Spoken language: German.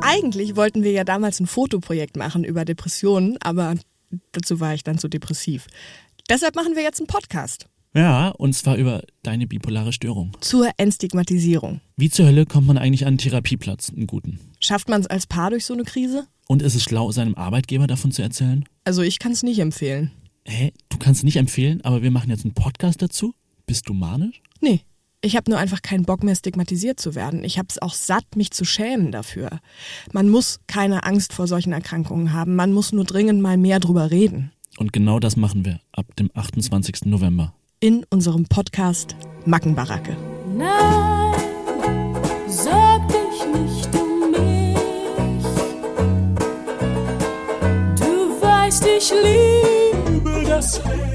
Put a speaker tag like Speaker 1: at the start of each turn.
Speaker 1: eigentlich wollten wir ja damals ein Fotoprojekt machen über Depressionen, aber dazu war ich dann zu depressiv. Deshalb machen wir jetzt einen Podcast.
Speaker 2: Ja, und zwar über deine bipolare Störung.
Speaker 1: Zur Entstigmatisierung.
Speaker 2: Wie zur Hölle kommt man eigentlich an einen Therapieplatz, einen guten?
Speaker 1: Schafft man es als Paar durch so eine Krise?
Speaker 2: Und ist es schlau, seinem Arbeitgeber davon zu erzählen?
Speaker 1: Also ich kann es nicht empfehlen.
Speaker 2: Hä? Du kannst nicht empfehlen, aber wir machen jetzt einen Podcast dazu? Bist du manisch?
Speaker 1: Nee. Ich habe nur einfach keinen Bock mehr, stigmatisiert zu werden. Ich habe es auch satt, mich zu schämen dafür. Man muss keine Angst vor solchen Erkrankungen haben. Man muss nur dringend mal mehr drüber reden.
Speaker 2: Und genau das machen wir ab dem 28. November.
Speaker 1: In unserem Podcast Mackenbaracke.
Speaker 3: Nein, sorg dich nicht um mich. Du weißt, ich liebe das Leben.